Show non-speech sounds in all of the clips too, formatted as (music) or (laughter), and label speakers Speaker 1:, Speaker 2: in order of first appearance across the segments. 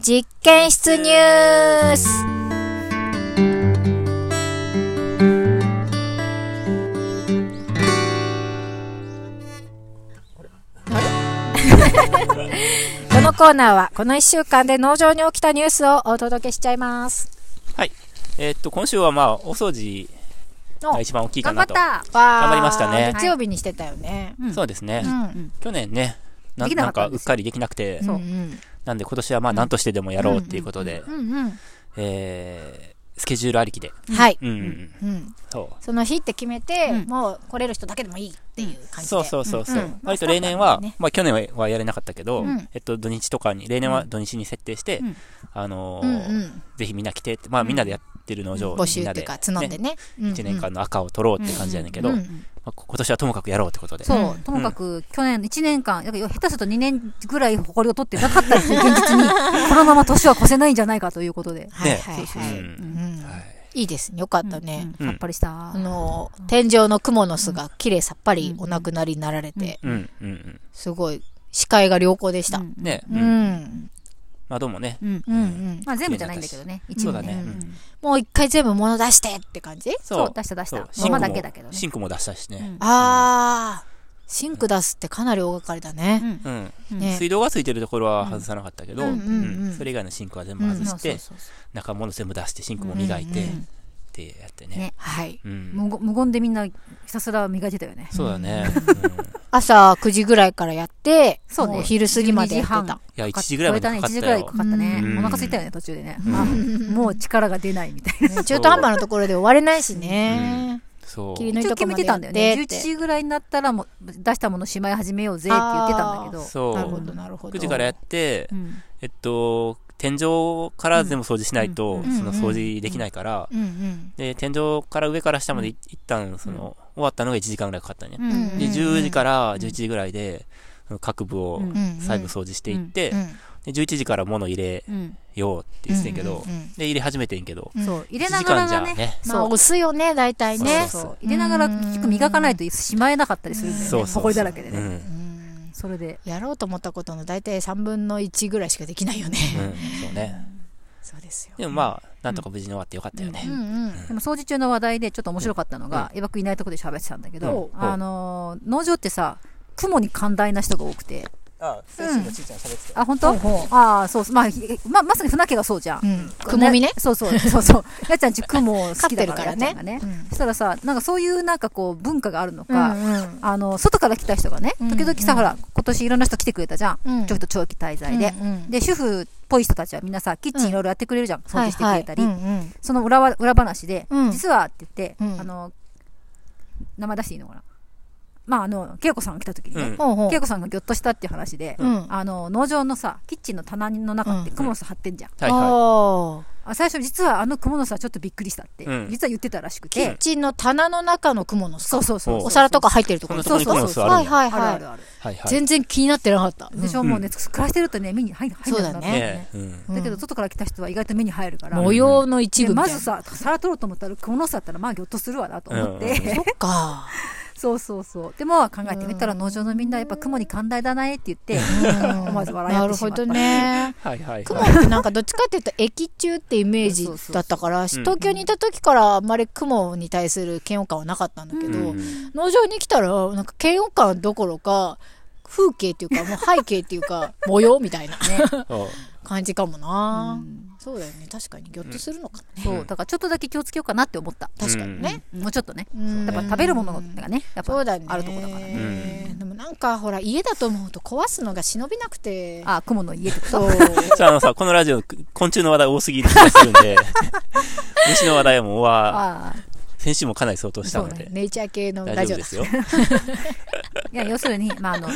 Speaker 1: 実験室ニュース (laughs) このコーナーはこの1週間で農場に起きたニュースをお届けしちゃいます。
Speaker 2: えーっと、今週はまあ、お掃除が一番大きいか
Speaker 3: 頑張
Speaker 2: な
Speaker 3: っ
Speaker 2: と。
Speaker 3: た
Speaker 1: 頑
Speaker 2: 張りましたね
Speaker 1: 月曜日にしてたよね。
Speaker 3: うん
Speaker 2: そうですね。
Speaker 1: うん。
Speaker 2: 去年ね、な
Speaker 3: できな
Speaker 2: なん
Speaker 3: か
Speaker 2: か
Speaker 3: ったん
Speaker 2: う
Speaker 3: で
Speaker 2: っ
Speaker 3: す
Speaker 2: かりできなくて、
Speaker 1: そう。うん
Speaker 2: なんで今年はまあ、なんとしてでもやろうっていうことで、
Speaker 1: うん。
Speaker 2: えー、スケジュールありきで。
Speaker 1: はい。
Speaker 2: うん、
Speaker 1: うん。
Speaker 2: そ
Speaker 1: その日って決めて、
Speaker 3: うん
Speaker 1: もう来れる人だけでもいいっていう
Speaker 2: う。
Speaker 1: 感じで。
Speaker 2: そうそうそうそう、
Speaker 1: んん
Speaker 2: 割と例年は、
Speaker 1: まあね
Speaker 2: まあ去年はやれなかったけど、
Speaker 1: うん
Speaker 2: えっと土日とかに、例年は土日に設定して、
Speaker 3: うん
Speaker 2: あの
Speaker 1: うん
Speaker 2: ー
Speaker 1: うん。
Speaker 2: ぜひみんな来てって、まあみんなでやってる農場、
Speaker 1: 募
Speaker 2: み
Speaker 1: 集
Speaker 2: んな
Speaker 1: っていうか、募って
Speaker 2: ね
Speaker 1: ね。
Speaker 2: 1年間の赤を取ろうって感じやねんけど、
Speaker 1: うんう
Speaker 2: ま
Speaker 1: ん
Speaker 2: あこ今年はともかくやろうってことで。
Speaker 3: そう、ともかく、去年1年間、なんか下手すると2年ぐらい誇りを取ってなかったっていう現
Speaker 2: (laughs)
Speaker 3: 実に、このまま年は越せないんじゃないかということで。
Speaker 1: はいはいは
Speaker 2: う
Speaker 1: い。
Speaker 2: ん
Speaker 1: うん
Speaker 2: はい
Speaker 1: いいですね。よかったね。
Speaker 3: うんさっぱりした
Speaker 1: あ。の、天井のクモの巣が綺麗さっぱりお亡くなりになられて、
Speaker 2: うんうんうん。
Speaker 1: すごい視界が良好でした。
Speaker 3: うん
Speaker 2: ね、
Speaker 1: うん。う
Speaker 2: うん
Speaker 1: ん
Speaker 2: まあどうもね、
Speaker 3: うん。
Speaker 1: うん。
Speaker 3: まあ全部じゃないんだけどね。一
Speaker 2: そ
Speaker 3: 応
Speaker 2: うだね。
Speaker 1: う
Speaker 2: うんん
Speaker 1: もう一回全部物出してって感じ
Speaker 3: そう、出した出し
Speaker 2: そう
Speaker 3: た。
Speaker 2: シンク
Speaker 3: ま
Speaker 2: も
Speaker 3: だけだけどね。
Speaker 2: シンクも出したしね。
Speaker 1: あー、シンク出すってかなり大掛かりだ
Speaker 3: う
Speaker 1: ね。
Speaker 3: ん。
Speaker 2: うん。
Speaker 3: うん
Speaker 1: ね
Speaker 2: 水道がついてるところは外さなかったけど、
Speaker 1: う
Speaker 2: うん
Speaker 1: うんうん
Speaker 2: んそれ以外のシンクは全部外し
Speaker 3: そうそう
Speaker 2: て、
Speaker 3: そうそ
Speaker 2: 中物全部出して、シンクも磨いて、
Speaker 1: うんうんうん
Speaker 2: ってやってね。
Speaker 3: ね
Speaker 1: はい。
Speaker 2: う
Speaker 3: うん無言無言でみんなひたすら磨いてたよね。
Speaker 2: そうだね。うん
Speaker 1: 朝9時ぐらいからやって、
Speaker 3: そうね
Speaker 1: も昼過ぎまでやって
Speaker 3: 12時
Speaker 1: た
Speaker 3: 半。
Speaker 2: いや、1時ぐらいまでかか
Speaker 3: 1
Speaker 2: っ
Speaker 3: 時ぐ
Speaker 2: た
Speaker 3: らい
Speaker 2: よ
Speaker 3: か。かったね。
Speaker 2: うん
Speaker 3: お腹空いたよね、途中でね。
Speaker 2: うん
Speaker 3: あもう力が出ないみたいな。
Speaker 1: 中途半端なところで終われないしね。
Speaker 2: そう。 (laughs)
Speaker 1: 切り抜い
Speaker 3: 一応
Speaker 1: た
Speaker 3: 決
Speaker 1: とこ
Speaker 3: め
Speaker 1: ま
Speaker 3: て
Speaker 1: で
Speaker 3: た
Speaker 1: やっ
Speaker 3: んだよね。
Speaker 1: てって。
Speaker 3: 11時ぐらいになったら、もう出したものしまい始めようぜって言ってたんだけど。
Speaker 2: そう。
Speaker 1: なるほど、なるほど。
Speaker 2: 9時からやって、
Speaker 3: うん
Speaker 2: えっと、天井から全部掃除しないと、
Speaker 3: うん
Speaker 1: うん
Speaker 2: その掃除できないから、
Speaker 1: うんうん。
Speaker 2: で、天井から上から下までい一旦、その、終わったのが1時間ぐらいかかったね。
Speaker 1: ん
Speaker 2: で、
Speaker 1: うん
Speaker 2: 10時から11時ぐらいで、その各部を
Speaker 3: うん
Speaker 1: うんうん
Speaker 2: 細部掃除していって、
Speaker 1: うん
Speaker 2: で、11時から物入れ
Speaker 3: うん
Speaker 2: ようって言ってんけど、
Speaker 1: うんうんうん
Speaker 2: で、入れ始めてんけど、
Speaker 1: うん
Speaker 3: そう、入
Speaker 2: 1
Speaker 3: れ
Speaker 2: 時
Speaker 3: ながら
Speaker 2: 間じ
Speaker 3: が
Speaker 2: ゃ
Speaker 3: ね。
Speaker 2: ね、
Speaker 1: まあ、押すよね、大体ね。
Speaker 2: そう
Speaker 3: そう入れながら結構磨かないとしまえなかったりするんだよ
Speaker 2: そう
Speaker 3: ね。
Speaker 2: そうそう。
Speaker 3: 埃だらけで
Speaker 2: う
Speaker 3: ね。
Speaker 2: ん。
Speaker 1: うん
Speaker 3: それで。
Speaker 1: やろうと思ったことの大体3分の1ぐらいしかできないよね。
Speaker 2: うん、そうね。
Speaker 1: そうですよ。
Speaker 2: でもまあ、なんとか無事に終わってよかったよね。
Speaker 1: うんうん。
Speaker 3: でも掃除中の話題でちょっと面白かったのが、エバくいないとこで喋ってたんだけど、
Speaker 2: うん
Speaker 3: あのー農場ってさ、雲に寛大な人が多くて。
Speaker 2: あ、先生のちいちゃん喋ってた。
Speaker 3: あ、本当？ああ、そう、まあ、ひまあ、まさに船家がそうじゃん。
Speaker 1: うん。くもみね。
Speaker 3: そうそう、そうそう。 (laughs) やっちゃんち雲好きだか
Speaker 1: 飼ってるか
Speaker 3: ら
Speaker 1: らね
Speaker 3: やっちゃんがね。そしたらさ、なんかそういうなんかこう文化があるの
Speaker 1: うん
Speaker 3: か、あの、外から来た人がね、
Speaker 1: うん
Speaker 3: 時々
Speaker 1: う
Speaker 3: さ、
Speaker 1: ん
Speaker 3: ほら、今年いろんな人来てくれたじゃん。
Speaker 1: うん。
Speaker 3: ちょっと長期滞在で。
Speaker 1: うんうん
Speaker 3: で、主婦っぽい人たちはみんなさ、キッチンいろいろやってくれるじゃん。掃除してくれたり。
Speaker 1: はいはいうんうん
Speaker 3: その裏は裏話で、
Speaker 1: うん
Speaker 3: 実はって言って、
Speaker 1: うん
Speaker 3: あの、名前出していいのかな。まあ、あの、恵子さんが来た時に
Speaker 2: う
Speaker 3: ね
Speaker 2: ん、
Speaker 1: ほうほう
Speaker 3: 恵子さんがぎょっとしたっていう話で、
Speaker 1: うん
Speaker 3: あの、農場のさ、キッチンの棚の中ってクモの巣張ってんじゃん。
Speaker 2: はいはい。
Speaker 1: おー
Speaker 3: あ最初実はあのクモの巣はちょっとびっくりしたって、
Speaker 2: うん
Speaker 3: 実は言ってたらしく
Speaker 1: キッ
Speaker 3: て、
Speaker 1: チンの棚の中の雲の巣か
Speaker 3: そうそうそうそう。
Speaker 1: お皿とか入ってるところ
Speaker 2: そんなとこに蜘蛛の巣あるんだ
Speaker 1: はいはい
Speaker 3: あるあ
Speaker 1: は
Speaker 3: るある。
Speaker 2: はいはい。
Speaker 1: い。全然気になってなかった。
Speaker 3: でしょ、
Speaker 2: うん
Speaker 3: もうね、暮らしてるとね、目に入入んなくなる
Speaker 1: そうだね
Speaker 2: ねうん。
Speaker 1: うん
Speaker 3: だけど、外から来た人は意外と目に入るから。
Speaker 1: 模様の一
Speaker 3: で
Speaker 1: 部みた
Speaker 3: ま
Speaker 1: いな。
Speaker 3: ずさ、皿取ろうと思ったら、この巣だったら、まあ、ぎょっとするわなと思って、
Speaker 2: うん
Speaker 1: か。
Speaker 3: (laughs) そうそうそう。でも、考えてみたら、農場のみんな、やっぱ雲に寛大だねって言って、思わず笑い
Speaker 1: な
Speaker 3: 合って
Speaker 1: る
Speaker 3: しま
Speaker 1: ほ
Speaker 3: った。
Speaker 1: どね。
Speaker 2: はいはい
Speaker 1: 雲
Speaker 2: は
Speaker 1: ってなんかどっちかっていうと駅中ってイメージだったから、
Speaker 2: そうそうそう
Speaker 1: 東京にいた時からあんまり雲に対する嫌悪感はなかったんだけ
Speaker 2: い。
Speaker 1: ど、
Speaker 2: うん
Speaker 1: 農場に来たら、なんか嫌悪感どころか、風景っていうか、もう背景っていう
Speaker 3: (laughs)
Speaker 1: か、模様みたいな
Speaker 2: そう
Speaker 1: 感じかも
Speaker 3: う
Speaker 1: な、
Speaker 3: ん
Speaker 1: そうだよね。確かに、ぎょっとするのかもね。
Speaker 3: そう、だからちょっとだけ気をつけようかなって思った。
Speaker 1: 確かにね。
Speaker 3: もうちょっとね。
Speaker 1: うん
Speaker 3: やっぱ食べるものがね、やっぱ
Speaker 1: そうだね。
Speaker 3: あるとこだからね。
Speaker 2: ね
Speaker 1: でもなんか、ほら、家だと思うと壊すのが忍びなくて。
Speaker 3: あ、雲の家ってこと
Speaker 1: そう。
Speaker 2: そうあのさ、このラジオ、昆虫の話題多すぎる気がするんで、 (laughs) 虫の話題も、わあ
Speaker 3: ああ。
Speaker 2: 先週もかなり相当したの
Speaker 3: そう
Speaker 2: で、
Speaker 1: ネイチャー系の
Speaker 2: 大
Speaker 1: ラ
Speaker 2: 丈
Speaker 1: ジ
Speaker 2: 夫
Speaker 1: オ
Speaker 2: で
Speaker 1: だ。
Speaker 2: すよ。
Speaker 3: いや、要するに、まあ、あの、ね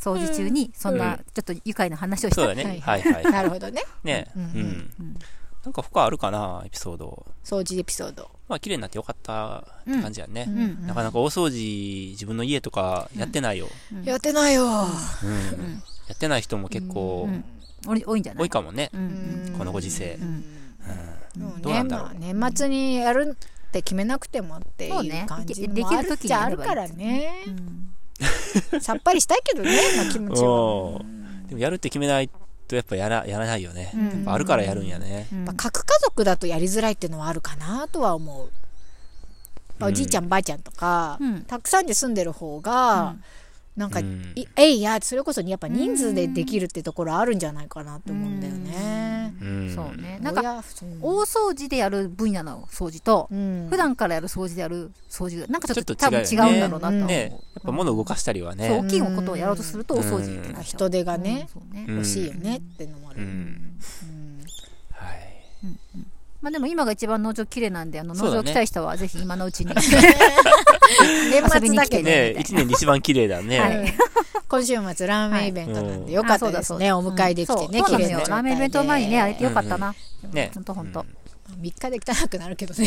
Speaker 3: 掃除中に、そんな、ちょっと愉快な話をし
Speaker 2: そう
Speaker 3: た。
Speaker 2: だね。
Speaker 1: は
Speaker 2: はいいはい。
Speaker 1: なるほどね。
Speaker 2: ね。
Speaker 1: う
Speaker 2: うんん
Speaker 3: うん。
Speaker 2: なんか他あるかな、エピソード。
Speaker 1: 掃除エピソード。
Speaker 2: まあ、綺麗になってよかったって感じやね。
Speaker 3: うん
Speaker 2: なかなか大掃除、自分の家とかやってないよ。
Speaker 3: うん
Speaker 1: やってないよ。
Speaker 2: うんやってない人も結構
Speaker 3: うん多い多いんじゃない
Speaker 2: 多いかもね。
Speaker 3: うんうん
Speaker 2: このご時世
Speaker 1: う。ん
Speaker 3: うん
Speaker 1: もう
Speaker 2: どうな
Speaker 1: ね、
Speaker 2: んだろう
Speaker 1: まあ年末にやるって決めなくてもってい
Speaker 3: そうね
Speaker 1: う感じ
Speaker 3: で
Speaker 1: も
Speaker 3: き
Speaker 1: あ
Speaker 3: る
Speaker 1: るっ
Speaker 3: 時に
Speaker 1: ちゃ
Speaker 3: や
Speaker 1: あ
Speaker 3: れ
Speaker 1: る
Speaker 3: ば
Speaker 1: からね。
Speaker 3: うん
Speaker 1: さっぱりしたいけどね、まあ気持ちは。
Speaker 2: おーでもやるって決めないとやっぱやらやらないよね。
Speaker 3: うん
Speaker 2: やっぱあるからやるんやね。
Speaker 3: うん
Speaker 1: まあ、核家族だとやりづらいっていうのはあるかなとは思う、まあ、
Speaker 2: う
Speaker 1: お
Speaker 2: ん
Speaker 1: じいちゃんばあちゃんとか、
Speaker 3: うん
Speaker 1: たくさんで住んでる方が、なんか、
Speaker 2: うん
Speaker 1: いえいやそれこそやっぱ人数でできるってところあるんじゃないかなって思うんだよね、
Speaker 2: うん
Speaker 3: そうねなん
Speaker 1: 親
Speaker 3: か
Speaker 1: そう
Speaker 3: 大掃除でやる分野の掃除と、
Speaker 1: うん
Speaker 3: 普段からやる掃除でやる掃除がなんかちょっと
Speaker 2: ちょ
Speaker 3: 多
Speaker 2: っと
Speaker 3: 分
Speaker 2: 違うよ
Speaker 3: 違うん
Speaker 2: ね
Speaker 3: だろうなとは思う、
Speaker 2: ね、やっぱ物動かしたりは
Speaker 3: そう
Speaker 2: ね
Speaker 3: 大。きいことをやろうとすると大掃除ってなっちゃう
Speaker 1: 人手がね
Speaker 3: うんそうね
Speaker 2: うん
Speaker 1: 欲しいよねってのもあ
Speaker 2: う
Speaker 1: る、
Speaker 2: ん。
Speaker 1: うん
Speaker 2: はい。
Speaker 3: まあでも今が一番農場綺麗なんであの
Speaker 2: そう
Speaker 3: 農
Speaker 2: だ
Speaker 3: 場
Speaker 2: ね
Speaker 3: 来たい人はぜひ今の
Speaker 1: (laughs)
Speaker 3: うちに
Speaker 1: 年
Speaker 3: 遊び
Speaker 1: 末
Speaker 3: に
Speaker 1: だ
Speaker 3: 来て
Speaker 1: け
Speaker 3: ね
Speaker 1: ど
Speaker 2: ね一年で一番綺麗だね。
Speaker 3: は
Speaker 1: うん (laughs) 今週末ラーメンイベントなんでよかったですね、
Speaker 3: あ
Speaker 1: お迎えできてね、綺
Speaker 3: そうそう
Speaker 1: 麗な
Speaker 3: なのよ
Speaker 1: 状態で
Speaker 3: ラーメン弁当前にねあれてよかったな、
Speaker 2: ね。
Speaker 3: ほんとほんと
Speaker 2: う
Speaker 1: 3日で汚くなるけどね
Speaker 2: い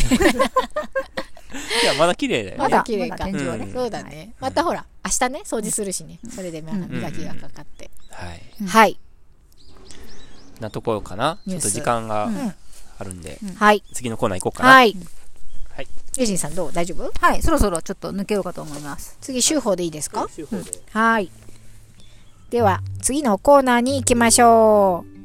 Speaker 2: や、まだ綺麗だよね。
Speaker 1: まだ綺麗か
Speaker 3: まだ展示はね、
Speaker 2: うん
Speaker 1: そうだねまたほら明日ね掃除するしねそれでま
Speaker 3: うん
Speaker 1: 磨きがかかって、
Speaker 2: はい。
Speaker 3: うん
Speaker 1: はい
Speaker 2: なところかな。ち
Speaker 1: ニュ
Speaker 2: ょ
Speaker 1: ー
Speaker 2: っ
Speaker 1: ス
Speaker 2: と時間が
Speaker 3: うん
Speaker 2: あるんで、
Speaker 1: はい
Speaker 2: 次のコーナー行こうかな。
Speaker 1: はい
Speaker 2: はい
Speaker 1: ユージンさんどう大丈夫
Speaker 3: はいそろそろちょっと抜けようかと思います
Speaker 1: 次週報でいいですか
Speaker 2: 週報で
Speaker 1: はいでは次のコーナーに行きましょう